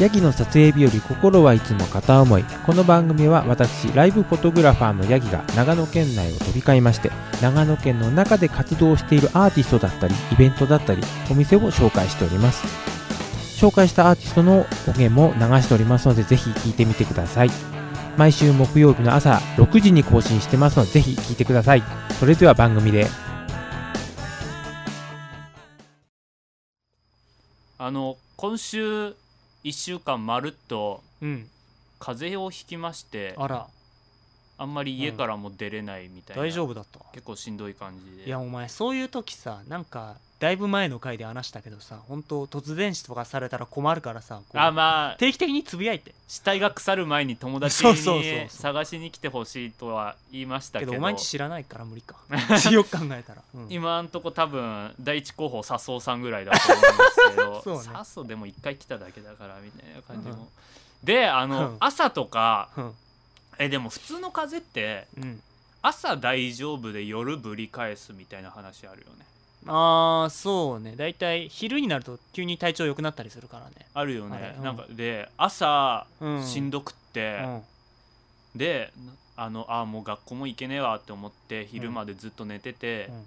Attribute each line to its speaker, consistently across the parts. Speaker 1: ヤギの撮影日より心はいつも片思いこの番組は私ライブフォトグラファーのヤギが長野県内を飛び交いまして長野県の中で活動しているアーティストだったりイベントだったりお店を紹介しております紹介したアーティストの音源も流しておりますのでぜひ聴いてみてください毎週木曜日の朝6時に更新してますのでぜひ聴いてくださいそれでは番組で
Speaker 2: あの今週1週間まるっと
Speaker 3: うん
Speaker 2: 風邪をひきましてあ
Speaker 3: あら
Speaker 2: んまり家からも出れないみたいな、
Speaker 3: 大丈夫だった
Speaker 2: 結構しんどい感じで
Speaker 3: いやお前そういう時さなんかだいぶ前の回で話したけどさ本当突然死とかされたら困るからさこう
Speaker 2: あまあ
Speaker 3: 定期的につぶやいて
Speaker 2: 死体が腐る前に友達
Speaker 3: そうそうそうそう
Speaker 2: に探しに来てほしいとは言いました
Speaker 3: け
Speaker 2: けど
Speaker 3: どお前んち知らないから無 理かよく考えたら、うん
Speaker 2: 今んとこ多分第一候補笹生さんぐらいだと思うんですけど、
Speaker 3: そうね
Speaker 2: 笹生でも一回来ただけだからみたいな感じも、
Speaker 3: うん
Speaker 2: であの、
Speaker 3: うん
Speaker 2: 朝とか
Speaker 3: うん
Speaker 2: えでも普通の風邪って
Speaker 3: うん
Speaker 2: 朝大丈夫で夜ぶり返すみたいな話あるよね
Speaker 3: ああそうねだいたい昼になると急に体調良くなったりするからね
Speaker 2: あるよね
Speaker 3: あれうん
Speaker 2: なんかで朝
Speaker 3: うん
Speaker 2: しんどくっ
Speaker 3: う
Speaker 2: て、
Speaker 3: ん
Speaker 2: であのあもう学校も行けねえわって思って昼までずっと寝てて、
Speaker 3: うん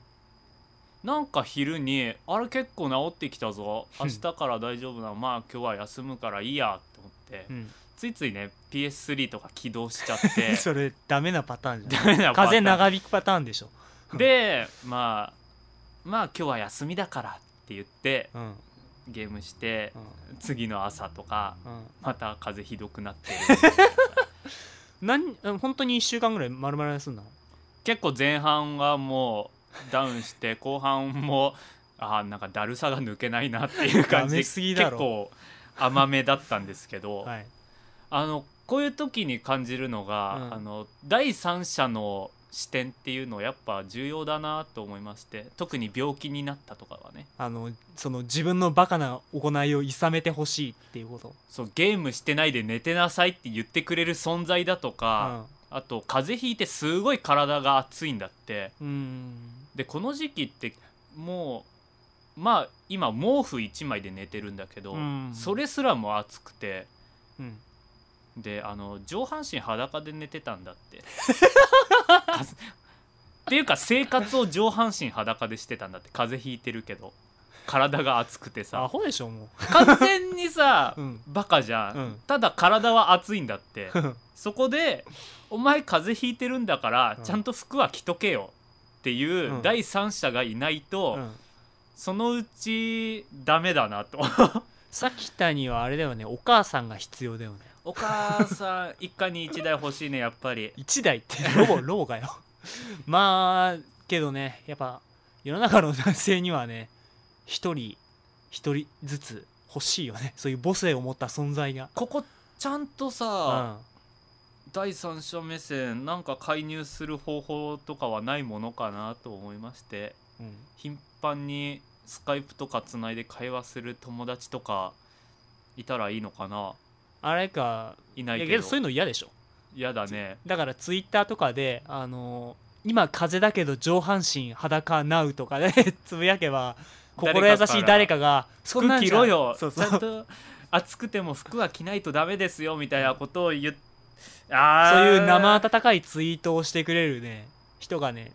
Speaker 2: なんか昼にあれ結構治ってきたぞ明日から大丈夫なまあ今日は休むからいいやって思って、
Speaker 3: うん
Speaker 2: ついついね PS3 とか起動しちゃって
Speaker 3: それダメなパターンじゃん
Speaker 2: ダメなパター
Speaker 3: 風
Speaker 2: ン
Speaker 3: 長引くパターンでしょ
Speaker 2: でまあまあ今日は休みだからって言って
Speaker 3: うん
Speaker 2: ゲームして
Speaker 3: うん
Speaker 2: 次の朝とか
Speaker 3: うん
Speaker 2: また風邪ひどくなってる
Speaker 3: 何うん本当に1週間ぐらい丸々休んだの
Speaker 2: 結構前半はもうダウンして後半も あーなんかだるさが抜けないなっていう感
Speaker 3: ダ
Speaker 2: じ
Speaker 3: メすぎだ
Speaker 2: 結
Speaker 3: ろ
Speaker 2: 構甘めだったんですけど、
Speaker 3: はい
Speaker 2: あのこういう時に感じるのが、
Speaker 3: うん
Speaker 2: あの第三者の視点っていうのやっぱ重要だなと思いまして特に病気になったとかはね
Speaker 3: あのその自分のバカな行いをいさめてほしいっていうこと
Speaker 2: そうゲームしてないで寝てなさいって言ってくれる存在だとか、あと風邪ひいてすごい体が熱いんだって
Speaker 3: うんうん
Speaker 2: でこの時期ってもうまあ今毛布1枚で寝てるんだけど、
Speaker 3: うん
Speaker 2: それすらも暑くて
Speaker 3: うん
Speaker 2: であの上半身裸で寝てたんだって っていうか生活を上半身裸でしてたんだって風邪ひいてるけど体が熱くて
Speaker 3: ア
Speaker 2: さ
Speaker 3: ホでしょも
Speaker 2: 完全にさ
Speaker 3: ううん
Speaker 2: バカじゃん、
Speaker 3: うん
Speaker 2: ただ体は熱いんだってそこで「お前風邪ひいてるんだから
Speaker 3: うん
Speaker 2: ちゃんと服は着とけよ」っていううん第三者がいないと、
Speaker 3: うん
Speaker 2: そのうちダメだなと
Speaker 3: さきたにはあれだよねお母さんが必要だよね
Speaker 2: お母さん一家に一台欲しいねやっぱり
Speaker 3: 一台って ロボロボがよまあけどねやっぱ世の中の男性にはね一人一人ずつ欲しいよねそういう母性を持った存在が
Speaker 2: ここちゃんと
Speaker 3: う
Speaker 2: さ、
Speaker 3: ん
Speaker 2: 第三者目線なんか介入する方法とかはないものかなと思いまして
Speaker 3: うん
Speaker 2: 頻繁にスカイプとかつないで会話する友達とかいたらいいのかな
Speaker 3: あれか
Speaker 2: い
Speaker 3: い
Speaker 2: な
Speaker 3: や
Speaker 2: いけ
Speaker 3: け
Speaker 2: ど
Speaker 3: どそういうの嫌でしょ
Speaker 2: 嫌だね
Speaker 3: だからツイッターとかで、あのー今風邪だけど上半身裸なうとかで つぶやけば心優しい誰かが「そん
Speaker 2: 服
Speaker 3: なん
Speaker 2: 着
Speaker 3: じゃ
Speaker 2: ろよ
Speaker 3: そうそ
Speaker 2: ちゃん
Speaker 3: う
Speaker 2: と暑くても服は着ないとダメですよみたいなことを言っあー
Speaker 3: そういう生温かいツイートをしてくれるね人がね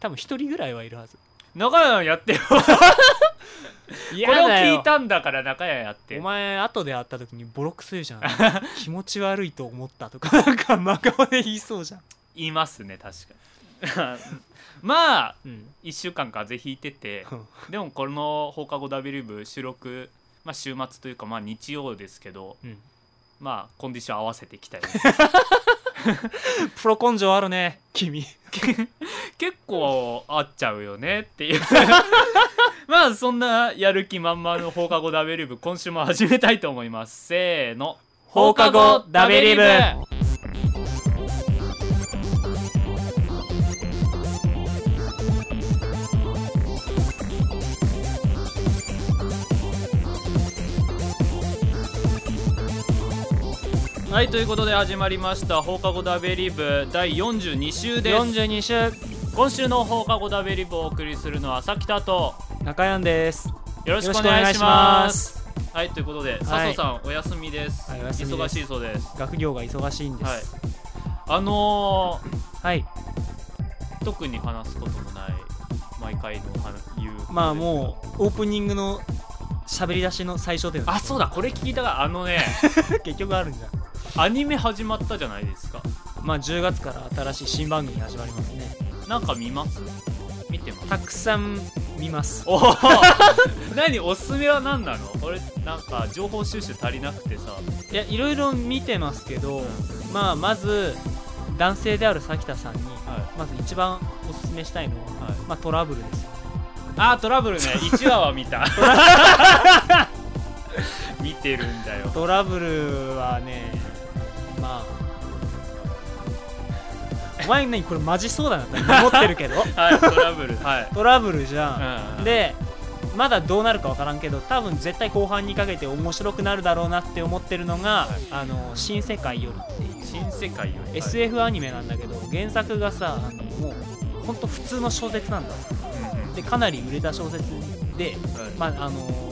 Speaker 3: 多分一人ぐらいはいるはず
Speaker 2: 中屋やっ てよ
Speaker 3: い
Speaker 2: これを聞いたんだから中屋やって
Speaker 3: お前後で会った時にボロクソ言う じゃん気持ち悪いと思ったとか なんか真顔で言いそうじゃん、
Speaker 2: 言いますね確かに まあ
Speaker 3: うん、
Speaker 2: 1週間風邪ひいててでもこの放課後ダビリブ収録、まあ、週末というかまあ日曜ですけど
Speaker 3: うん
Speaker 2: まあコンディション合わせてきたよ、ね、
Speaker 3: プロ根性あるね君
Speaker 2: 結構合っちゃうよねっていうまあそんなやる気満々の放課後ダビリブ今週も始めたいと思いますせーの
Speaker 3: 放課後ダベリブ
Speaker 2: はいということで始まりました放課後ダベリブ第42週です
Speaker 3: 42週
Speaker 2: 今週の放課後ダベリブをお送りするのはさきたと
Speaker 3: 中山です
Speaker 2: よろ
Speaker 3: よ
Speaker 2: し
Speaker 3: ろ
Speaker 2: く
Speaker 3: し
Speaker 2: お
Speaker 3: くお願
Speaker 2: 願
Speaker 3: い
Speaker 2: いし
Speaker 3: し
Speaker 2: ま
Speaker 3: ますす
Speaker 2: はいということで佐藤さん、お休みです,、
Speaker 3: はいお休みです
Speaker 2: 忙しいそうです
Speaker 3: 学業が忙しいんで
Speaker 2: はい
Speaker 3: す
Speaker 2: あの
Speaker 3: はい、
Speaker 2: ー、特に話すこともない毎回の話言うことですが
Speaker 3: まあもうオープニングの喋り出しの最初だよね
Speaker 2: あそうだこれ聞いたからあのね
Speaker 3: 結局あるんじゃん
Speaker 2: アニメ始まったじゃないですか
Speaker 3: まあ10月から新しい新番組始まりますね
Speaker 2: なんか見ます見てます
Speaker 3: たくさん見ます
Speaker 2: おお何おすすめは何なの俺なんか情報収集足りなくてさ
Speaker 3: いやいろいろ見てますけど、まあまず男性である咲田さんに
Speaker 2: は
Speaker 3: まず一番おすすめしたいの
Speaker 2: いは
Speaker 3: は、
Speaker 2: い
Speaker 3: まあ、トラブルです
Speaker 2: あートラブルね1話は見 た見てるんだよ
Speaker 3: トラブルはねまあお前何これマジそうだなって思ってる けど
Speaker 2: はいトラブルはい
Speaker 3: トラブルじゃ
Speaker 2: うん
Speaker 3: ん、
Speaker 2: うん
Speaker 3: でまだどうなるかわからんけど多分絶対後半にかけて面白くなるだろうなって思ってるの
Speaker 2: は
Speaker 3: が「
Speaker 2: い
Speaker 3: あの新世界より」っていう
Speaker 2: 新世界より、
Speaker 3: SF アニメなんだけど原作がさあのもうほんと普通の小説なんだ
Speaker 2: うんうん
Speaker 3: でかなり売れた小説で、
Speaker 2: はい
Speaker 3: まああのー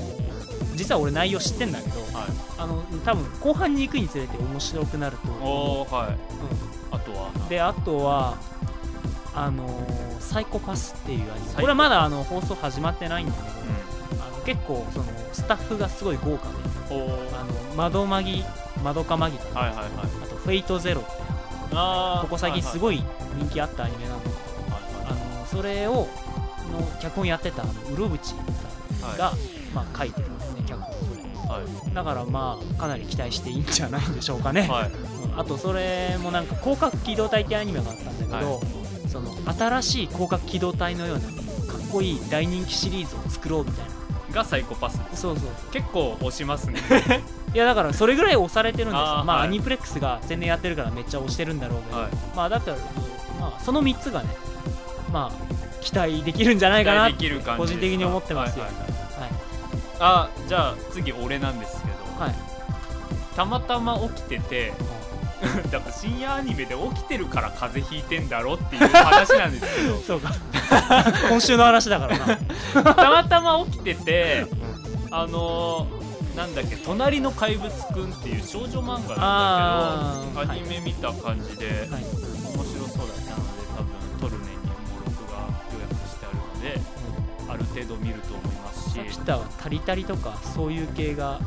Speaker 3: 実は俺内容知ってんだけど
Speaker 2: はい
Speaker 3: あの多分後半に行くにつれて面白くなると思
Speaker 2: おーはいあとは
Speaker 3: うであとはあのーサイコパス」っていうアニメ
Speaker 2: サイコパス
Speaker 3: これはまだあの放送始まってないんだけど、
Speaker 2: う
Speaker 3: あの結構そのスタッフがすごい豪華で
Speaker 2: んおー
Speaker 3: あの窓マギ窓かマギとか
Speaker 2: はいはいはい
Speaker 3: あと「フェイトゼロって
Speaker 2: あー
Speaker 3: ここ最近すごい人気あったアニメなんだけ
Speaker 2: は
Speaker 3: ど
Speaker 2: いはい
Speaker 3: あのそれをの脚本やってたあのうろぶちさんが、まあ、書いてるんですね脚本それ
Speaker 2: はい
Speaker 3: だからまあかなり期待していいんじゃないでしょうかね、
Speaker 2: はい
Speaker 3: うんあとそれもなんか広角機動隊ってアニメがあったんだけど、
Speaker 2: は
Speaker 3: その新しい広角機動隊のようなかっこいい大人気シリーズを作ろうみたい な
Speaker 2: がサイコパス
Speaker 3: そうそう
Speaker 2: 結構押しますね
Speaker 3: いやだからそれぐらい押されてるんですよ
Speaker 2: あー
Speaker 3: まあ、
Speaker 2: はい
Speaker 3: アニプレックスが全然やってるからめっちゃ押してるんだろうけど、
Speaker 2: はい
Speaker 3: まあだったら、まあ、その3つがねまあ期待できるんじゃないかな
Speaker 2: できる感じ
Speaker 3: 個人的に思ってますよ
Speaker 2: はいはいはい
Speaker 3: はい
Speaker 2: あじゃあ次俺なんですけど、
Speaker 3: はい
Speaker 2: たまたま起きてて だから深夜アニメで起きてるから風邪ひいてんだろっていう話なんですけど
Speaker 3: そうか今週の話だからな
Speaker 2: たまたま起きててあのー、なんだっけ「隣の怪物くん」っていう少女漫画な
Speaker 3: あ
Speaker 2: んだけ
Speaker 3: ー
Speaker 2: どアニメ見た感じで、
Speaker 3: はい
Speaker 2: 面白そうだったので多分撮る年にも録画予約してあるのである程度見ると思いますし
Speaker 3: さきたはタリタリとかそういう系が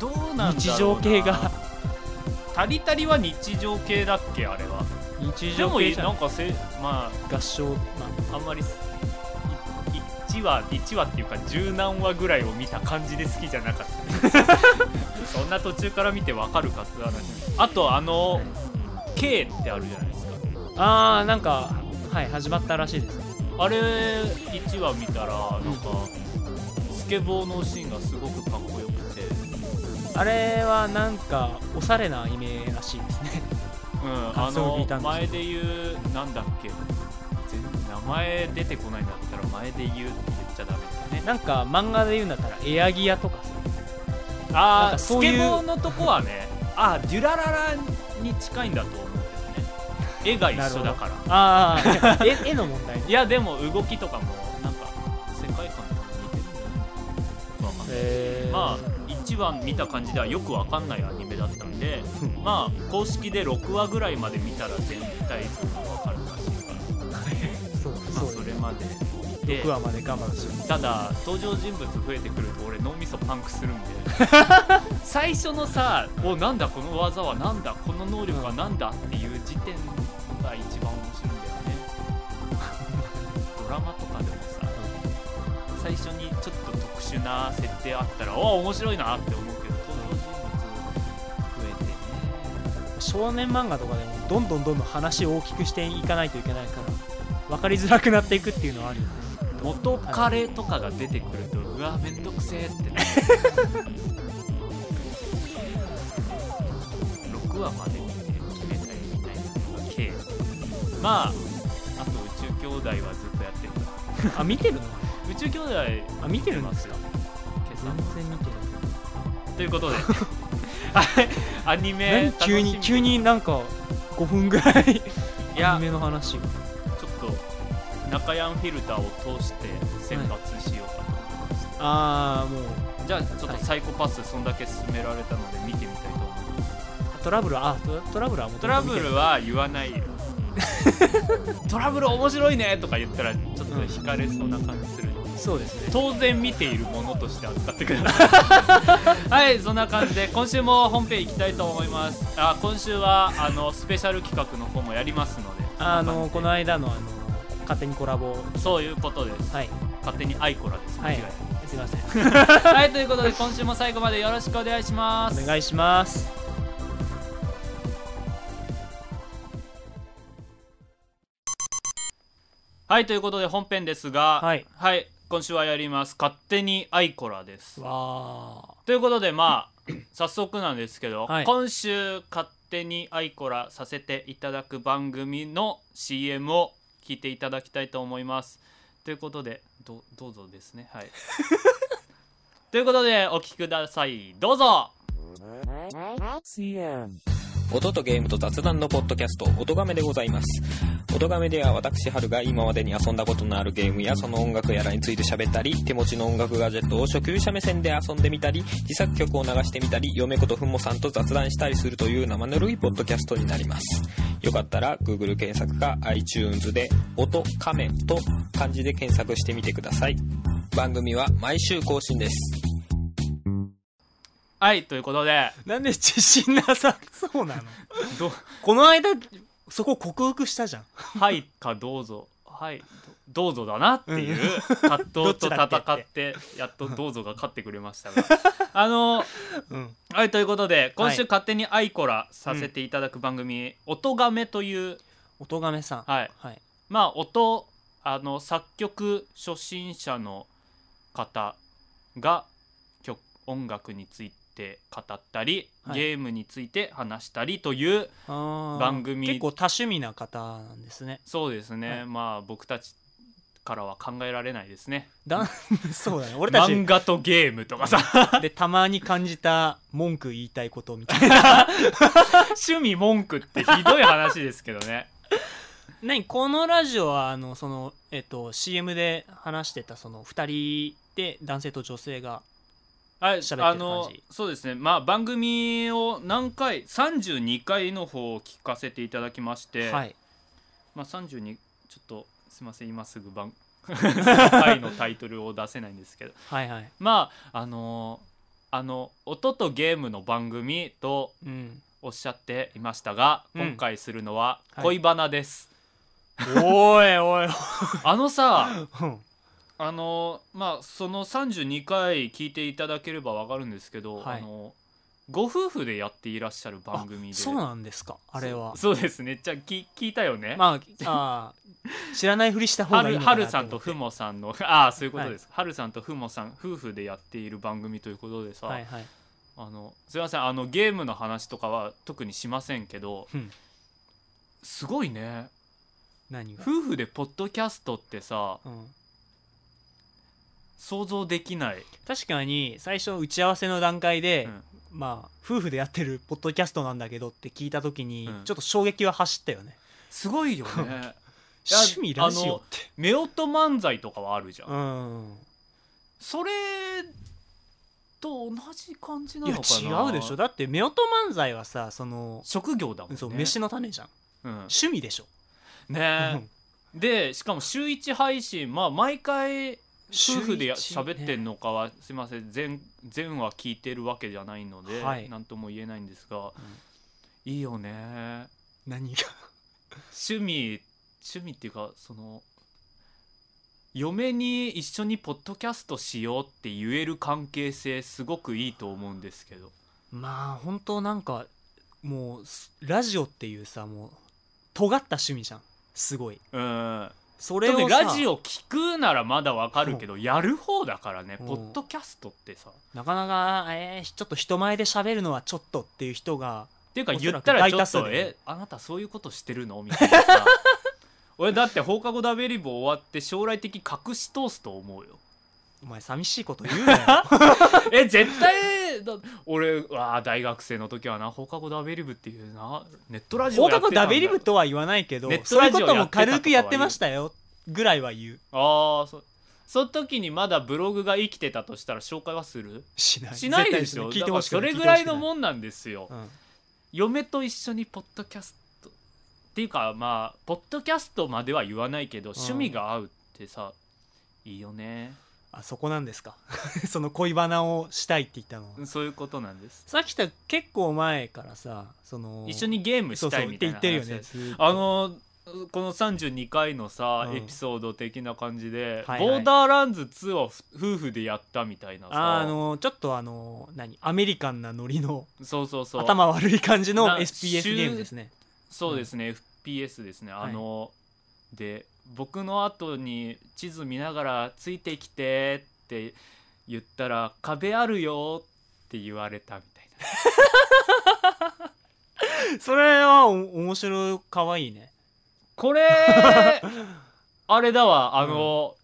Speaker 2: どうなんだろうな
Speaker 3: 日常 系が
Speaker 2: タリタリは日常系だっけあれは
Speaker 3: 日
Speaker 2: で
Speaker 3: 常
Speaker 2: も
Speaker 3: 系
Speaker 2: いい
Speaker 3: じゃ
Speaker 2: なんんかせま
Speaker 3: 合唱ま
Speaker 2: ああんまりい1話1話っていうか十何話ぐらいを見た感じで好きじゃなかった そんな途中から見てわかるかって話あとあの K ってあるじゃないですか
Speaker 3: ああーなんかはい始まったらしいです
Speaker 2: あれ1話見たらなんかスケボーのシーンがすごくかっこよくて
Speaker 3: あれはなんかおしゃれなアニメらしいですね
Speaker 2: うん、あ
Speaker 3: 感想を聞いた
Speaker 2: の
Speaker 3: んです
Speaker 2: 前で言うなんだっけ全名前出てこないんだったら前で言うって言っちゃダメだね
Speaker 3: なんか漫画で言うんだったらエアギアとかさ
Speaker 2: あ
Speaker 3: ー
Speaker 2: あス
Speaker 3: ス
Speaker 2: ケ
Speaker 3: ケ
Speaker 2: ボ
Speaker 3: ボ
Speaker 2: ー
Speaker 3: ー
Speaker 2: のとこはねあデュラララに近いんだと思うけどね絵が一緒だから
Speaker 3: ああ絵絵の問題ね
Speaker 2: いやでも動きとかもなんか世界観とか似てるんじゃないわかんない
Speaker 3: え
Speaker 2: まあ1話見た感じではよくわかんないアニメだったん でまあ公式で6話ぐらいまで見たら全体像がわかるらしいから、
Speaker 3: そう
Speaker 2: まあ、
Speaker 3: そう
Speaker 2: それまで見て
Speaker 3: 6話まで我慢しろ
Speaker 2: ただ登場人物増えてくると俺脳みそパンクするん で最初のさ「おなんだこの技はなんだこの能力はなんだ」っていう時点が一 番面白いんだよねドラマとかでもさ最初にちょっと特殊な設定あったらお面白いなって思うけど登場人物増えてね
Speaker 3: 少年漫画とかでもどんどんどんどん話を大きくしていかないといけないから分かりづらくなっていくっていうのはあるよね
Speaker 2: 元カレとかが出てくるとうわめんどくせえってなる6話まで見て決めたいみたいなのが K まああと宇宙兄弟はずっとやってるか
Speaker 3: あ見てるの
Speaker 2: ら宇宙兄弟
Speaker 3: あ見てるんです
Speaker 2: よ
Speaker 3: か
Speaker 2: 今朝
Speaker 3: 全
Speaker 2: も
Speaker 3: 然見て
Speaker 2: ということではいアニ
Speaker 3: ない、
Speaker 2: メ
Speaker 3: 何急に
Speaker 2: 楽しみ
Speaker 3: 急になんか5分ぐらい
Speaker 2: いや
Speaker 3: アニメの話を
Speaker 2: ちょっと中山フィルターを通して選抜しようかと思います、
Speaker 3: ああもう
Speaker 2: じゃあちょっ
Speaker 3: はい
Speaker 2: とサイコパスそんだけ勧められたので見てみたいと思います
Speaker 3: トラブルはあトトラブルはもう
Speaker 2: トラブルは言わないよ トラブル面白いねとか言ったらちょっと惹かれそうな感じする
Speaker 3: そうですね
Speaker 2: 当然見ているものとして扱ってください はいそんな感じで今週も本編行きたいと思いますあ今週はあのスペシャル企画の方もやりますのでそ
Speaker 3: あ
Speaker 2: ん
Speaker 3: の
Speaker 2: な感じで
Speaker 3: この間のあの勝手にコラボ
Speaker 2: そういうことです
Speaker 3: はい
Speaker 2: 勝手にアイコラです間
Speaker 3: は
Speaker 2: 違
Speaker 3: い
Speaker 2: えた
Speaker 3: すいません
Speaker 2: はい、ということで今週も最後までよろしくお願いします。
Speaker 3: お願いします
Speaker 2: はい、ということで本編ですが、
Speaker 3: はい、
Speaker 2: 今週はやります。勝手にアイコラです。
Speaker 3: わあ
Speaker 2: ということで、まあ、 早速なんですけど、
Speaker 3: はい
Speaker 2: 今週勝手にアイコラさせていただく番組の CM を聞いていただきたいと思います。ということで、どどうぞですね。 はい。ということで、お聞きください。どうぞ
Speaker 4: CM
Speaker 5: 音とゲームと雑談のポッドキャスト「音ガメ」でございます音ガメでは私春が今までに遊んだことのあるゲームやその音楽やらについて喋ったり手持ちの音楽ガジェットを初級者目線で遊んでみたり自作曲を流してみたり嫁子とふもさんと雑談したりするという生ぬるいポッドキャストになりますよかったら Google 検索か iTunes で「音カメ」と漢字で検索してみてください番組は毎週更新です
Speaker 2: はい、ということで、
Speaker 3: なんで自信なさそうなの
Speaker 2: ど
Speaker 3: この間そこ克服したじゃん
Speaker 2: はいかどうぞはいどどうぞだなっていう葛藤
Speaker 3: どっ
Speaker 2: と
Speaker 3: ちだっけ
Speaker 2: 戦ってやっとどうぞが勝ってくれました があの
Speaker 3: うん
Speaker 2: はいということで今週
Speaker 3: はい
Speaker 2: 勝手にアイコラさせていただく番組「音がめ」という
Speaker 3: 音亀さん
Speaker 2: はい
Speaker 3: はい
Speaker 2: まあ音あの作曲初心者の方が曲音楽について語ったり、
Speaker 3: はい
Speaker 2: ゲームについて話したりという番
Speaker 3: 番
Speaker 2: 組
Speaker 3: 結構多趣味な方なんですね
Speaker 2: そうですね、
Speaker 3: はい
Speaker 2: まあ僕たちからは考えられないですね
Speaker 3: だん そうだね俺た
Speaker 2: 漫
Speaker 3: ち
Speaker 2: 画とゲームとか さ
Speaker 3: でたまに感じた文句言いたいことみたいな
Speaker 2: 趣味文句ってひどい話ですけど ね
Speaker 3: 何このラジオはあのその、えっと、CM で話してたその2人で男性と女性が
Speaker 2: はい
Speaker 3: 喋ってる
Speaker 2: あの
Speaker 3: 感じ
Speaker 2: そうですねまあ番組を何回32回の方を聞かせていただきまして、
Speaker 3: はい
Speaker 2: まあ、32ちょっとすいません今すぐ番 回のタイトルを出せないんですけど
Speaker 3: はいはい
Speaker 2: まああのあの音とゲームの番組と
Speaker 3: うん
Speaker 2: おっしゃっていましたが、
Speaker 3: うん
Speaker 2: 今回するのは
Speaker 3: はい
Speaker 2: 恋バナです、
Speaker 3: おいおい
Speaker 2: あの さ
Speaker 3: おい
Speaker 2: あのまあその32回聞いていただければわかるんですけど、
Speaker 3: はい
Speaker 2: あのご夫婦でやっていらっしゃる番
Speaker 3: あ
Speaker 2: 組で
Speaker 3: そうなんですかあれは
Speaker 2: そうそうですねじゃあ聞聞いたよね、
Speaker 3: ま ああ知らないふりした方
Speaker 2: は
Speaker 3: がいい
Speaker 2: る
Speaker 3: の
Speaker 2: は
Speaker 3: かな
Speaker 2: るさん
Speaker 3: 思
Speaker 2: と
Speaker 3: って
Speaker 2: ふもさんのああそういうことです、はるさんとふもさん夫婦でやっている番組ということでさ、
Speaker 3: はいはい
Speaker 2: あのすいませんあのゲームの話とかは特にしませんけど、
Speaker 3: うん
Speaker 2: すごいね
Speaker 3: 何が
Speaker 2: 夫婦でポッドキャストってさ
Speaker 3: うん
Speaker 2: 想像できない、
Speaker 3: 確かに最初打ち合わせの段階で、
Speaker 2: うん
Speaker 3: まあ夫婦でやってるポッドキャストなんだけどって聞いた時に、
Speaker 2: うん
Speaker 3: ちょっと衝撃は走ったよね
Speaker 2: すごいよねや
Speaker 3: 趣味ラジオって
Speaker 2: 夫婦漫才とかはあるじゃん
Speaker 3: うん
Speaker 2: それと同じ感じない
Speaker 3: や
Speaker 2: のかな
Speaker 3: 違うでしょだって夫婦漫才はさその
Speaker 2: 職業だもんね
Speaker 3: そう飯の種じゃん
Speaker 2: うん
Speaker 3: 趣味でしょ、
Speaker 2: ねえでしかも週一配信まあ毎回夫婦でや
Speaker 3: 週一ね
Speaker 2: 喋ってんのかはすいません全全話聞いてるわけじゃないので、
Speaker 3: はい
Speaker 2: なんとも言えないんですが、いいよね
Speaker 3: 何が
Speaker 2: 趣味趣味っていうかその嫁に一緒にポッドキャストしようって言える関係性すごくいいと思うんですけど
Speaker 3: まあ本当なんかもうすラジオっていうさもう尖った趣味じゃんすごい
Speaker 2: うん
Speaker 3: そ
Speaker 2: こ
Speaker 3: れをさ
Speaker 2: ラジオ聞くならまだわかるけどやる方だからね
Speaker 3: うん
Speaker 2: ポッドキャストってさっ
Speaker 3: なかなか、えーちょっと人前で喋るのはちょっとっていう人が
Speaker 2: ていうか
Speaker 3: おそ
Speaker 2: 言っ
Speaker 3: らく
Speaker 2: たらちょ
Speaker 3: 大多
Speaker 2: っ
Speaker 3: 数
Speaker 2: と「
Speaker 3: だよね
Speaker 2: えあなたそういうことしてるの?」みたいなさ 俺だって放課後ダベリブ終わって将来的隠し通すと思うよ
Speaker 3: お前寂しいこと言うなよ
Speaker 2: え絶対だ俺わあ大学生の時はな放課後ダベリブっていうなネットラジオ
Speaker 3: 放
Speaker 2: や
Speaker 3: 課
Speaker 2: ってた
Speaker 3: 後
Speaker 2: んだよ
Speaker 3: ダベリブとは言わないけど
Speaker 2: ネット
Speaker 3: そうい
Speaker 2: ラ
Speaker 3: う
Speaker 2: ジオ
Speaker 3: こと
Speaker 2: やっ
Speaker 3: も
Speaker 2: てたとかは言う
Speaker 3: 軽くやってましたよぐらいは言う
Speaker 2: ああそうその時にまだブログが生きてたとしたら紹介はする
Speaker 3: しない
Speaker 2: しないでしょ
Speaker 3: 絶対聞いてほしくな
Speaker 2: だからそれぐらいの
Speaker 3: ん、
Speaker 2: もんなんですよ
Speaker 3: うん
Speaker 2: 嫁と一緒にポッドキャストっていうかまあポッドキャストまでは言わないけど、趣味が合うってさいいよね
Speaker 3: あそこなんですか その恋バナをしたいって言ったのは、
Speaker 2: そういうことなんです
Speaker 3: さっきと結構前からさその
Speaker 2: 一緒にゲームしたいみたいな
Speaker 3: そうそうって
Speaker 2: 話
Speaker 3: 言
Speaker 2: で
Speaker 3: っ
Speaker 2: す
Speaker 3: てるよね
Speaker 2: あのこの32回のさ、
Speaker 3: うん
Speaker 2: エピソード的な感じで「
Speaker 3: はいは
Speaker 2: ボ
Speaker 3: い
Speaker 2: ーダーランズ2」をふ夫婦でやったみたいなさ
Speaker 3: ああのちょっとあの何アメリカンなノリの
Speaker 2: そうそうそう
Speaker 3: 頭悪い感じの
Speaker 2: な
Speaker 3: SPS ゲームですね
Speaker 2: そうですね、FPS ですね
Speaker 3: はい
Speaker 2: あの、で僕の後に地図見ながら「ついてきて」って言ったら「壁あるよ」って言われたみたいな
Speaker 3: それはお面白い可愛いね
Speaker 2: こ れあれだわあの、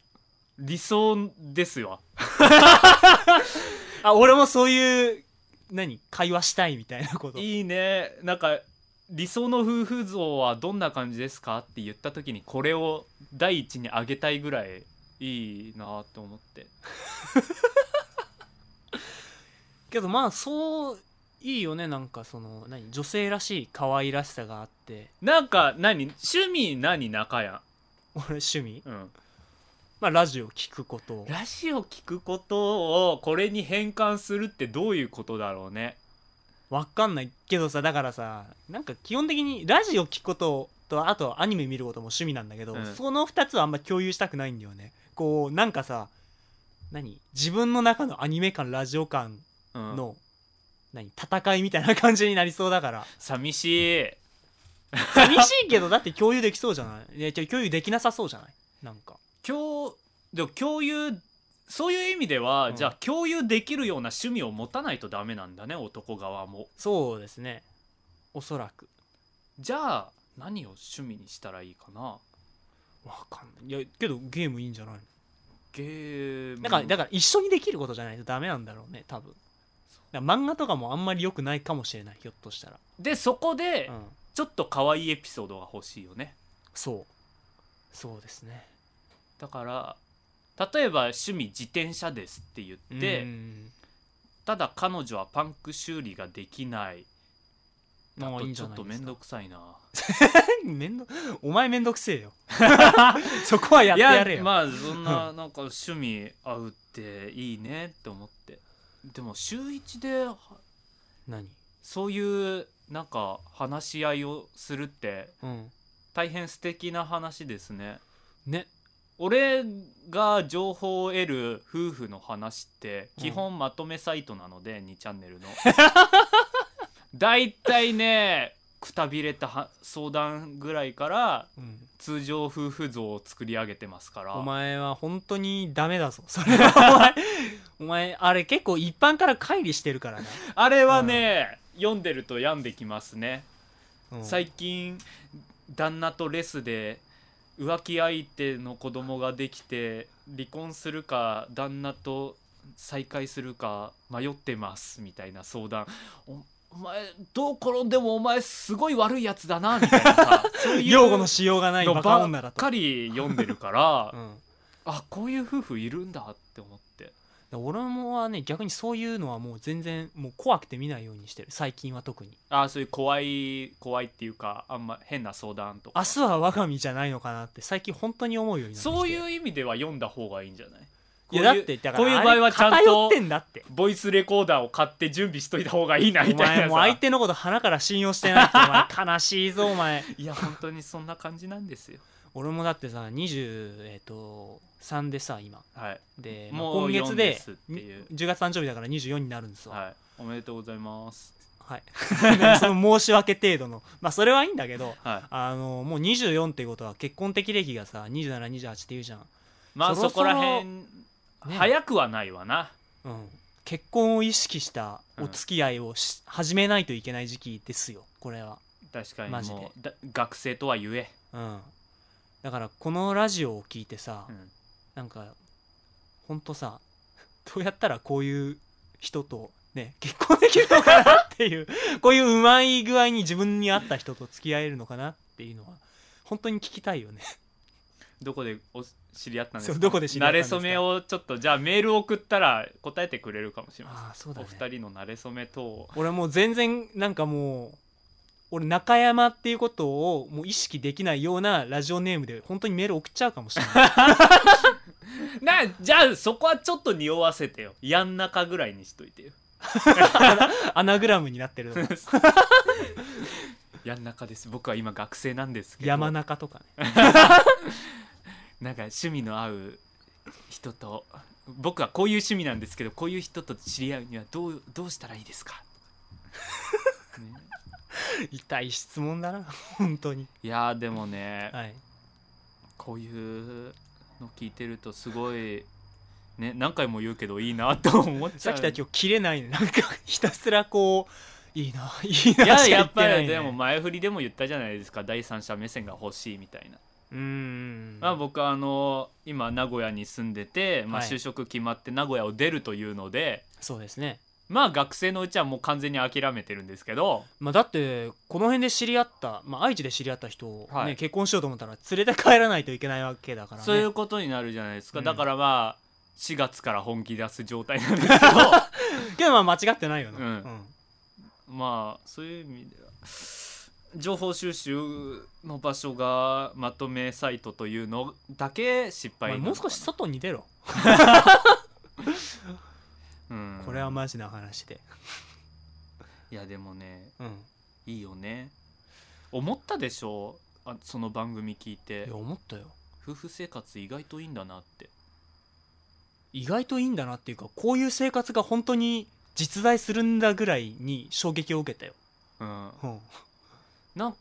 Speaker 2: 理想ですわ
Speaker 3: あ俺もそういう何会話したいみたいなこと
Speaker 2: いいねなんか理想の夫婦像はどんな感じですかって言った時にこれを第一にあげたいぐらいいいなと思って
Speaker 3: けどまあそういいよねなんかその何女性らしい可愛らしさがあって
Speaker 2: なんか何趣味何中や
Speaker 3: 俺趣味
Speaker 2: ん、うん、
Speaker 3: まあラジオ聞くこと
Speaker 2: ラジオ聞くことをこれに変換するってどういうことだろうね
Speaker 3: わかんないけどさだからさなんか基本的にラジオ聞くこととあとアニメ見ることも趣味なんだけど、
Speaker 2: うん
Speaker 3: その2つはあんま共有したくないんだよねこうなんかさ何自分の中のアニメ感ラジオ感
Speaker 2: うん
Speaker 3: の、何戦いみたいな感じになりそうだから
Speaker 2: 寂しい
Speaker 3: 寂しいけど だって共有できそうじゃないいやちょ共有できなさそうじゃないなんか
Speaker 2: 共でも共有そういう意味では、
Speaker 3: うん
Speaker 2: じゃあ共有できるような趣味を持たないとダメなんだね男側も
Speaker 3: そうですねおそらく
Speaker 2: じゃあ何を趣味にしたらいいかな
Speaker 3: わかんないいやけどゲームいいんじゃないの
Speaker 2: ゲーム
Speaker 3: だからだから一緒にできることじゃないとダメなんだろうね多分だから漫画とかもあんまり良くないかもしれないひょっとしたら、
Speaker 2: でそこで
Speaker 3: うん、
Speaker 2: ちょっと可愛いエピソードが欲しいよね
Speaker 3: そうそうですね
Speaker 2: だから例えば趣味自転車ですって言って、
Speaker 3: うん
Speaker 2: ただ彼女はパンク修理ができないだ
Speaker 3: もうい
Speaker 2: と
Speaker 3: いんじ
Speaker 2: ち
Speaker 3: ゃ
Speaker 2: ょ
Speaker 3: な
Speaker 2: っ
Speaker 3: い
Speaker 2: と
Speaker 3: で
Speaker 2: 面
Speaker 3: す
Speaker 2: 倒
Speaker 3: か
Speaker 2: くさいな
Speaker 3: めんどお前めんどくせえよ そこはやってやれよ
Speaker 2: まあそんななんか趣味合うっていいねって思ってでも週一では
Speaker 3: 何
Speaker 2: そういうなんか話し合いをするって
Speaker 3: うん
Speaker 2: 大変素敵な話ですね
Speaker 3: ね
Speaker 2: 俺が情報を得る夫婦の話って
Speaker 3: うん
Speaker 2: 基本まとめサイトなので、2チャンネルの だいたいねくたびれたは相談ぐらいから
Speaker 3: うん
Speaker 2: 通常夫婦像を作り上げてますから
Speaker 3: お前は本当にダメだぞ それはお前お前あれ結構一般から乖離してるからな、
Speaker 2: あれはね、読んでると病んできますね、
Speaker 3: うん
Speaker 2: 最近旦那とレスで浮気相手の子供ができて離婚するか旦那と再会するか迷ってますみたいな相談おお前どう転んでもお前すごい悪いやつだなみたいな さそういう
Speaker 3: 擁護のしようがない
Speaker 2: の
Speaker 3: バカ
Speaker 2: ば
Speaker 3: 女だ
Speaker 2: っ
Speaker 3: と
Speaker 2: か、り読んでるから、
Speaker 3: うん
Speaker 2: あこういう夫婦いるんだって思って
Speaker 3: だ俺もはね逆にそういうのはもう全然もう怖くて見ないようにしてる最近は特に
Speaker 2: あそういう怖い怖いっていうかあんま変な相談とか
Speaker 3: 明日は我が身じゃないのかなって最近本当に思うようになってきて
Speaker 2: そういう意味では読んだ方がいいんじゃない
Speaker 3: いやだってだから
Speaker 2: こういう場合はちゃんと
Speaker 3: あれ偏ってんだって
Speaker 2: ボイスレコーダーを買って準備しといた方がいいなみ
Speaker 3: お
Speaker 2: たいな
Speaker 3: 前
Speaker 2: さ
Speaker 3: もう相手のこと鼻から信用してないってお 前悲しいぞお前
Speaker 2: いや本当にそんな感じなんですよ
Speaker 3: 俺もだってさ20えっ、と3でさ今
Speaker 2: はい、
Speaker 3: で、まあ
Speaker 2: もう
Speaker 3: 今月
Speaker 2: 4で
Speaker 3: です
Speaker 2: っていう
Speaker 3: 10月誕生日だから24になるんですよ
Speaker 2: はい、おめでとうございます
Speaker 3: はい、 なんかその申し訳程度のまあそれはいいんだけど
Speaker 2: はい
Speaker 3: あのもう24っていうことは結婚的歴がさ2728っていうじゃん、
Speaker 2: まあそ
Speaker 3: そろそ
Speaker 2: こ
Speaker 3: ろ
Speaker 2: ら辺、
Speaker 3: ね
Speaker 2: 早くはないわな
Speaker 3: うん、結婚を意識したお付き合いをし、始めないといけない時期ですよこれは、
Speaker 2: 確か
Speaker 3: マ
Speaker 2: に
Speaker 3: ジ
Speaker 2: も
Speaker 3: で
Speaker 2: うだ学生とはゆえ、
Speaker 3: うん、だからこのラジオを聞いてさ、
Speaker 2: うん
Speaker 3: なんかほんとさどうやったらこういう人とね結婚できるのかなっていう こういううまい具合に自分に合った人と付き合えるのかなっていうのは本当に聞きたいよね
Speaker 2: どこでお知り合ったんです
Speaker 3: そ
Speaker 2: か
Speaker 3: うどこで知り合ったんですか
Speaker 2: 慣れ初めをちょっとじゃあメール送ったら答えてくれるかもしれません
Speaker 3: ああそうだ
Speaker 2: お
Speaker 3: ね
Speaker 2: 二人の馴れ初め等を
Speaker 3: 俺はもう全然なんかもう俺中山っていうことをもう意識できないようなラジオネームで本当にメール送っちゃうかもしれない
Speaker 2: なじゃあそこはちょっと匂わせてよやん中ぐらいにしといてよ
Speaker 3: アナグラムになって るとか
Speaker 2: やん中です僕は今学生なんですけど
Speaker 3: 山中とかね
Speaker 2: なんか趣味の合う人と僕はこういう趣味なんですけどこういう人と知り合うにはどうどうしたらいいです か、ね
Speaker 3: 痛い質問だな本当に
Speaker 2: いやーでもね、
Speaker 3: はい
Speaker 2: こういうの聞いてるとすごいね何回も言うけどいいなと思っち
Speaker 3: さ
Speaker 2: ゃう
Speaker 3: っきたちを切れないねなんかひたすらこういい ないいない
Speaker 2: や
Speaker 3: しか
Speaker 2: や
Speaker 3: 言
Speaker 2: ってぱ
Speaker 3: ない
Speaker 2: り
Speaker 3: ね
Speaker 2: でも前振りでも言ったじゃないですか第三者目線が欲しいみたいな、
Speaker 3: うーん
Speaker 2: まあ、僕はあの今名古屋に住んでて、まあ、
Speaker 3: はい
Speaker 2: 就職決まって名古屋を出るというので、
Speaker 3: そうですね
Speaker 2: まあ学生のうちはもう完全に諦めてるんですけど
Speaker 3: まあ、だってこの辺で知り合った、まあ、愛知で知り合った人を、ね
Speaker 2: はい
Speaker 3: 結婚しようと思ったら連れて帰らないといけないわけだからね
Speaker 2: そういうことになるじゃないですか、
Speaker 3: うん
Speaker 2: だからまあ4月から本気出す状態なんですけ ど
Speaker 3: けどまあ間違ってないよな、
Speaker 2: うんまあそういう意味では情報収集の場所がまとめサイトというのだけ失
Speaker 3: お
Speaker 2: 敗
Speaker 3: 前
Speaker 2: なの
Speaker 3: もう
Speaker 2: かな
Speaker 3: 少し、外に出ろ、
Speaker 2: うん、
Speaker 3: これはマジな話で、
Speaker 2: いやでもね
Speaker 3: うん、
Speaker 2: いいよね思ったでしょあその番組聞い
Speaker 3: い
Speaker 2: て
Speaker 3: や思ったよ
Speaker 2: 夫婦生活意外といいんだなって
Speaker 3: 意外といいんだなっていうかこういう生活が本当に実在するんだぐらいに衝撃を受けたよ、
Speaker 2: うん
Speaker 3: うん、
Speaker 2: なん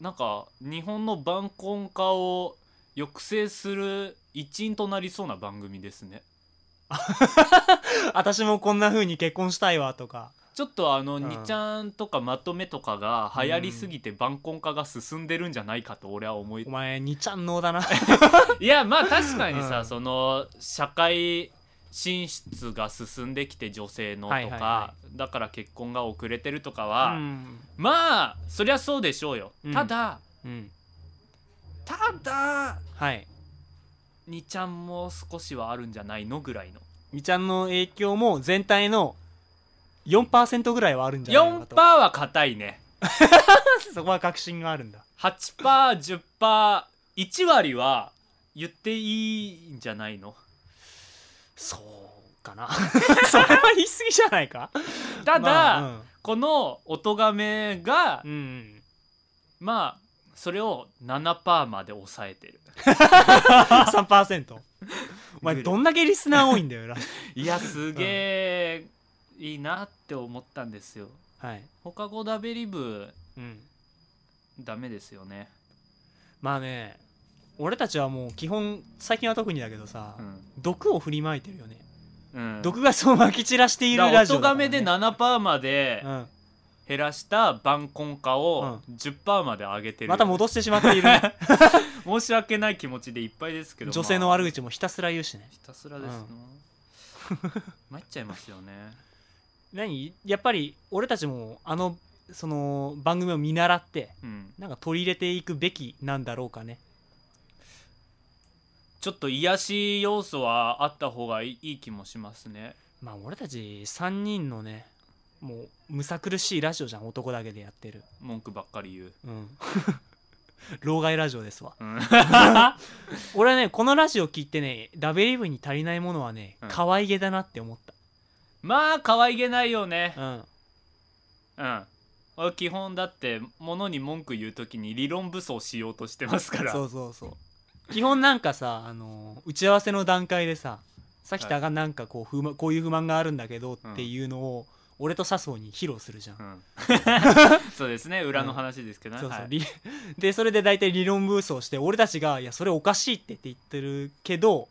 Speaker 2: なんか日本の晩婚化を抑制する一因となりそうな番組ですね
Speaker 3: 私もこんな風に結婚したいわとか
Speaker 2: ちょっとあの、
Speaker 3: ん
Speaker 2: にちゃんとかまとめとかが流行りすぎて晩婚化が進んでるんじゃないかと俺は思い、
Speaker 3: お前にちゃんのだな
Speaker 2: いやまあ確かにさ、
Speaker 3: うん
Speaker 2: その社会進出が進んできて女性のとか、
Speaker 3: はいはいは
Speaker 2: だから結婚が遅れてるとか
Speaker 3: う
Speaker 2: は、
Speaker 3: ん、
Speaker 2: まあそりゃそうでしょうよ、
Speaker 3: うん
Speaker 2: ただ
Speaker 3: うん、
Speaker 2: ただ
Speaker 3: はい
Speaker 2: にちゃんも少しはあるんじゃないのぐらいの
Speaker 3: にちゃんの影響も全体の4%ぐらいはあるんじゃないか
Speaker 2: 4%
Speaker 3: と
Speaker 2: は硬いね
Speaker 3: そこは確信があるんだ
Speaker 2: 8%10%1 割は言っていいんじゃないの
Speaker 3: そうかな それは言い過ぎじゃないか
Speaker 2: ただ、
Speaker 3: まあ
Speaker 2: この音がめが、
Speaker 3: うんうん
Speaker 2: まあそれを7%まで抑えてる
Speaker 3: 3%お前どんだけリスナー多いん だよラジ
Speaker 2: いやすげえ、いいなって思ったんですよ
Speaker 3: オはい、
Speaker 2: 他語ダベリブ
Speaker 3: うん、
Speaker 2: ダメですよね、
Speaker 3: まあね俺たちはもう基本最近は特にだけどさ、
Speaker 2: うん
Speaker 3: 毒を振りまいてるよね、
Speaker 2: うん、
Speaker 3: 毒ガスをまき散らしているラジオ
Speaker 2: 音がめで
Speaker 3: な、
Speaker 2: 7%まで
Speaker 3: うん、
Speaker 2: 減らした晩婚化を10%まで上げてる、
Speaker 3: また戻してしまっているね、
Speaker 2: 申し訳ない気持ちでいっぱい ですけど
Speaker 3: 女性の
Speaker 2: まあ
Speaker 3: 悪口もひたすら言うしね
Speaker 2: ひたすらですの、 参っちゃいますよね
Speaker 3: 何やっぱり俺たちもあのその番組を見習って
Speaker 2: うん
Speaker 3: なんか取り入れていくべきなんだろうかね
Speaker 2: ちょっと癒し要素はあった方がいいいい気もしますね
Speaker 3: まあ俺たち3人のねもうむさ苦しいラジオじゃん男だけでやってる
Speaker 2: 文句ばっかり言う、
Speaker 3: うん 老害ラジオですわ
Speaker 2: うん、
Speaker 3: 俺はねこのラジオ聞いてねダベリブに足りないものはね、
Speaker 2: うん
Speaker 3: 可愛げだなって思っ
Speaker 2: まあ可愛げないよね
Speaker 3: たうん
Speaker 2: うん俺基本だって物に文句言う時に理論武装しようとしてますから
Speaker 3: そうそうそう基本なんかさ、あのー打ち合わせの段階でささきたがなんかこう不満こういう不満があるんだけどっていうのを俺と笹生に披露するじゃん、
Speaker 2: うん そうですね裏の話ですけどね、
Speaker 3: そうそう、
Speaker 2: はい
Speaker 3: り でそれで大体理論ブースをして俺たちが「いやそれおかしい」ってって言ってるけど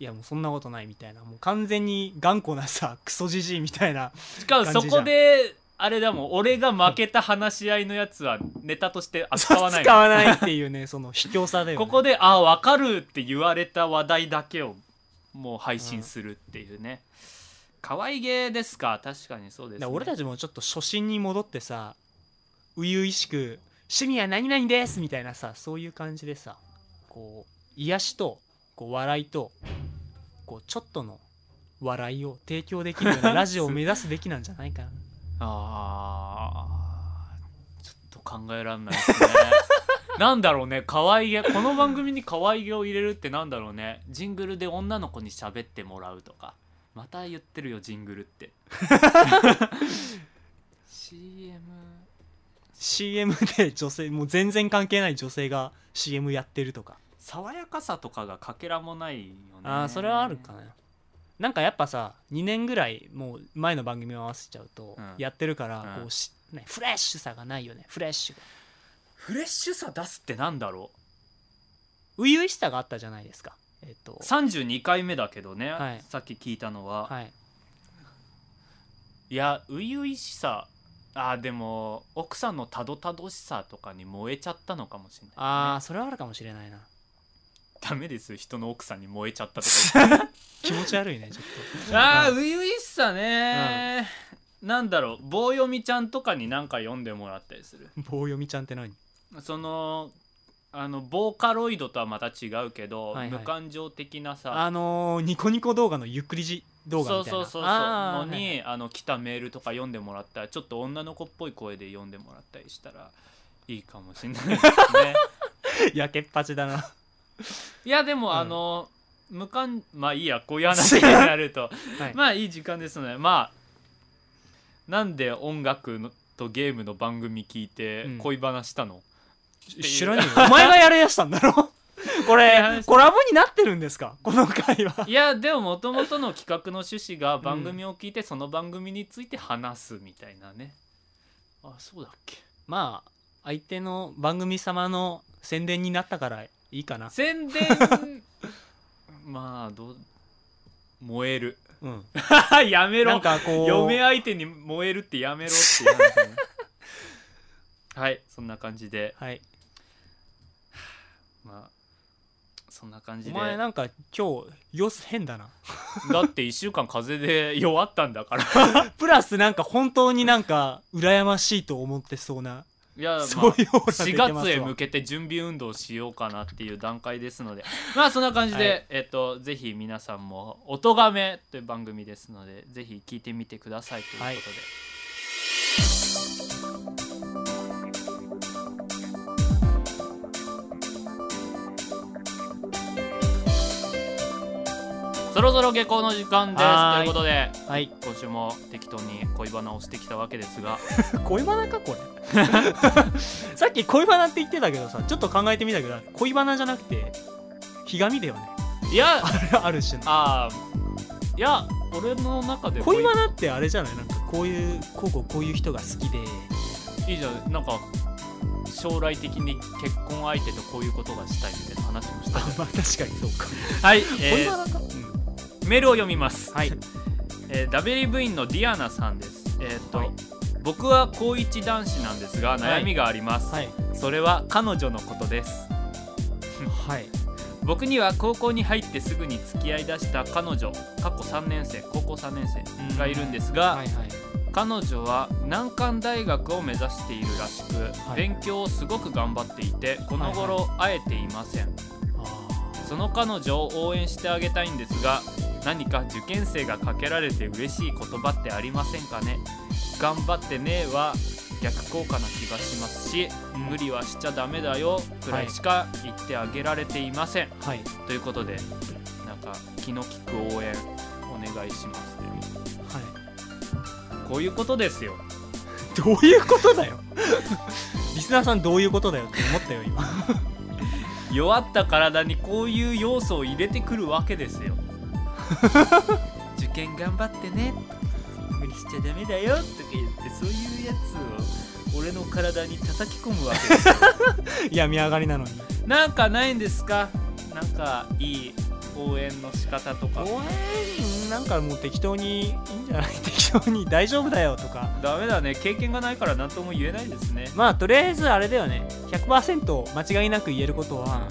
Speaker 3: いやもうそんなことないみたいなもう完全に頑固なさクソじじいみたいな
Speaker 2: しかも
Speaker 3: 感
Speaker 2: そ
Speaker 3: じじゃ
Speaker 2: こ
Speaker 3: ん
Speaker 2: であれだもん俺が負けた話し合いのやつはネタとして扱わない
Speaker 3: 使わないっていう ねその卑怯さだよ、ね、
Speaker 2: ここで「ああ分かる」って言われた話題だけをもう配信するっていうね、可愛げですか確かにそうです、ね、
Speaker 3: だ俺
Speaker 2: ち
Speaker 3: たちもちょっと初心に戻ってさ初々しく「趣味は何々です」みたいなさそういう感じでさこう癒しとこう笑いとこうちょっとの笑いを提供できるよう なラジオを目指すべきなんじゃないか な
Speaker 2: あーちょっと考えられないですねなんだろうね可愛げこの番組に可愛げを入れるってなんだろうねジングルで女の子に喋ってもらうとかまた言ってるよジングルって CM
Speaker 3: CM で女性もう全然関係ない女性が CM やってるとか
Speaker 2: 爽やかさとかがかけらもないよね
Speaker 3: ああそれはあるかななんかやっぱさ2年ぐらいもう前の番組を合わせちゃうと
Speaker 2: うん
Speaker 3: やってるから
Speaker 2: うん
Speaker 3: こうし、ねフレッシュさがないよねフレッシュが
Speaker 2: フレッシュさ出すってなんだろ
Speaker 3: 初々しさがあったじゃないですかえっと
Speaker 2: う32回目だけどね、
Speaker 3: はい
Speaker 2: さっき聞いたのは、
Speaker 3: はい
Speaker 2: いや初々しさあーでも奥さんのたどたどしさとかに燃えちゃったのかもしれない、ね、
Speaker 3: ああそれはあるかもしれないな
Speaker 2: ダメです人の奥さんに燃えちゃったとか言って
Speaker 3: 気持ち悪いねちょっと
Speaker 2: ああ
Speaker 3: うん
Speaker 2: 初々しさね、なんだろう棒読みちゃんとかに何か読んでもらったりする
Speaker 3: 棒読みちゃんって何
Speaker 2: そのあのボーカロイドとはまた違うけど、
Speaker 3: はいは
Speaker 2: 無
Speaker 3: い
Speaker 2: 感情的なさ
Speaker 3: あのーニコニコ動画のゆっくりじ動画
Speaker 2: そ
Speaker 3: み
Speaker 2: う
Speaker 3: たいな
Speaker 2: そうそうそう
Speaker 3: あ
Speaker 2: の
Speaker 3: ー
Speaker 2: に、
Speaker 3: はいはい
Speaker 2: あの来たメールとか読んでもらったらちょっと女の子っぽい声で読んでもらったりしたらいいかもしれないですね
Speaker 3: やけっぱちだな
Speaker 2: いやでも、
Speaker 3: うん
Speaker 2: あの無関まあいいやこういう話になると、
Speaker 3: はい
Speaker 2: まあいい時間ですのでまあなんで音楽のとゲームの番組聞いて
Speaker 3: うん
Speaker 2: 恋バナしたの、
Speaker 3: 知らねえよお前がやりだしたんだろこれコラボになってるんですかこの回は い
Speaker 2: やでももともとの企画の趣旨が番組を聞いてその番組について話すみたいなね、あそうだっけ
Speaker 3: まあ相手の番組様の宣伝になったからいいかな
Speaker 2: 宣伝 まあどう燃える
Speaker 3: うん
Speaker 2: やめ
Speaker 3: なん
Speaker 2: ろ
Speaker 3: かこう
Speaker 2: 嫁相手に燃えるってやめろって言われてね はいそんな感じで
Speaker 3: はい
Speaker 2: まあそんな感じ
Speaker 3: お
Speaker 2: で
Speaker 3: 前なんか今日様子変だな
Speaker 2: だって1週間風邪で弱ったんだから
Speaker 3: プラスなんか本当になんか羨ましいと思ってそうな、
Speaker 2: いや、まあ、
Speaker 3: そういうオーラ出
Speaker 2: 4
Speaker 3: てます
Speaker 2: 月
Speaker 3: わ
Speaker 2: へ向けて準備運動しようかなっていう段階ですので まあそんな感じで、
Speaker 3: は
Speaker 2: えっとぜひ皆さんも「おとがめ」という番組ですのでぜひ聞いてみてくださいということで、
Speaker 3: はい
Speaker 2: そろそろ下校の時間ですとい
Speaker 3: はー
Speaker 2: う
Speaker 3: い
Speaker 2: ことで
Speaker 3: はい
Speaker 2: 今週も適当に恋バナをしてきたわけです が
Speaker 3: 恋バナかこれ さっき恋バナって言ってたけどさちょっと考えてみたけど恋バナじゃなくてひがみだよね
Speaker 2: いや
Speaker 3: ある種の
Speaker 2: あーいや俺の中で
Speaker 3: 恋バナってあれじゃないなんかこういうこうこうこういう人が好きで
Speaker 2: いいじゃんなんか将来的に結婚相手とこういうことがしたいみたいな話も した
Speaker 3: あ まあ確かにそうか、
Speaker 2: はい、
Speaker 3: 恋
Speaker 2: え
Speaker 3: バナか、
Speaker 2: ーメールを読みます、
Speaker 3: はい
Speaker 2: えー、ダベリ部員のディアナさんですえーっと、
Speaker 3: はい
Speaker 2: 僕は高一男子なんですが悩みがあります、
Speaker 3: はい
Speaker 2: それは彼女のことです
Speaker 3: はい
Speaker 2: 僕には高校に入ってすぐに付き合いだした彼女過去3年生高校3年生がいるんですが、
Speaker 3: はいはい
Speaker 2: 彼女は難関大学を目指しているらしく、
Speaker 3: はい
Speaker 2: 勉強をすごく頑張っていてこの頃会えていません、その彼女を応援してあげたいんですが何か受験生がかけられて嬉しい言葉ってありませんかね頑張ってねは逆効果な気がしますし、
Speaker 3: うん
Speaker 2: 無理はしちゃダメだよくらいしか言ってあげられていません、
Speaker 3: はい
Speaker 2: ということでなんか気の利く応援お願いしますという
Speaker 3: はい
Speaker 2: こういうことですよ
Speaker 3: どういうことだ よリスナーさんどういうことだよって思ったよ今
Speaker 2: 弱った体にこういう要素を入れてくるわけです よ受験頑張ってね無理しちゃダメだよとか言ってそういうやつを俺の体に叩き込むわけ ですよ
Speaker 3: 病み上がりなのに
Speaker 2: なんかないんですかなんかいい応援の仕方とか
Speaker 3: 応援なんかもう適当にいいんじゃない 適当に大丈夫だよとか
Speaker 2: ダメだね経験がないから何とも言えないですね
Speaker 3: まあとりあえずあれだよね100%間違いなく言えることは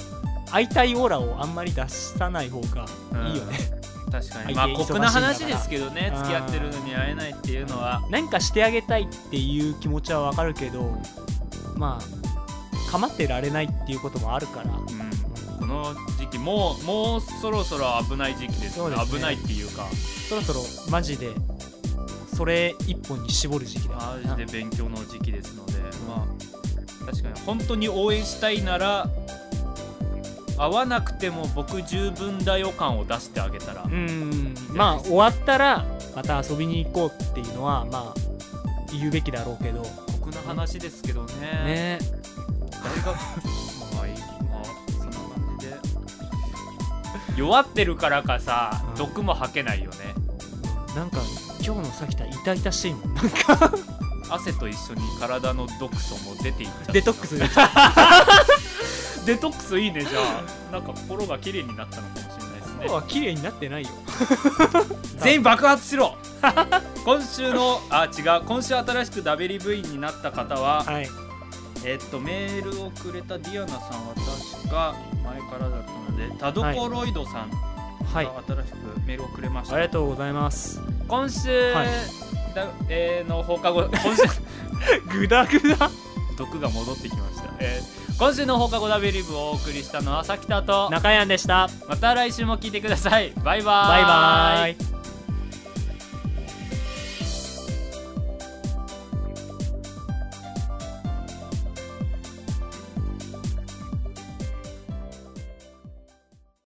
Speaker 3: 相対オーラをあんまり出さない方がいいよね、
Speaker 2: 確かに
Speaker 3: 相手
Speaker 2: まあ
Speaker 3: 忙しいんだ
Speaker 2: 酷な話ですけどね
Speaker 3: から
Speaker 2: 付き合ってるのに会えないっていうのは
Speaker 3: なんかしてあげたいっていう気持ちはわかるけどまあ構ってられないっていうこともあるか
Speaker 2: う
Speaker 3: ら
Speaker 2: んこの時期もうもうそろそろ危ない時期です
Speaker 3: そう
Speaker 2: ね
Speaker 3: ですね
Speaker 2: 危ないっていうか
Speaker 3: そろそろマジでそれ一本に絞る時期だ
Speaker 2: マジで勉強の時期ですのでまあ確かに本当に応援したいなら会わなくても僕十分だ予感を出してあげたら
Speaker 3: うんまあ終わったらまた遊びに行こうっていうのはまあ言うべきだろうけど
Speaker 2: 酷な話ですけどね
Speaker 3: ね
Speaker 2: 大学まあいいまあそんな感じで弱ってるからかさ、
Speaker 3: うん
Speaker 2: 毒も吐けないよね
Speaker 3: なんか今日のさきた痛々しいもんな
Speaker 2: 汗と一緒に体の毒素も出ていっちゃう
Speaker 3: デトックスで
Speaker 2: デトックスいいねじゃあなんか心が綺麗になったのかもしれないですね
Speaker 3: 今日は綺麗になって ないよ
Speaker 2: 全員爆発しろ 今週のあ違う今週新しく WV になった方は、
Speaker 3: はい
Speaker 2: えっとメールをくれたディアナさんは確か前からだったので田所ロイドさんが
Speaker 3: はい
Speaker 2: 新しくメールをくれました、
Speaker 3: ありがとうございます
Speaker 2: 今週、
Speaker 3: はい
Speaker 2: だえーの放課後 今週
Speaker 3: グダグダ
Speaker 2: 毒が戻ってきました、えー今週の放課後ダベリブをお送りしたのはさきたと
Speaker 3: 中山でした
Speaker 2: また来週も聞いてくださいバイバーイ
Speaker 3: バイバーイ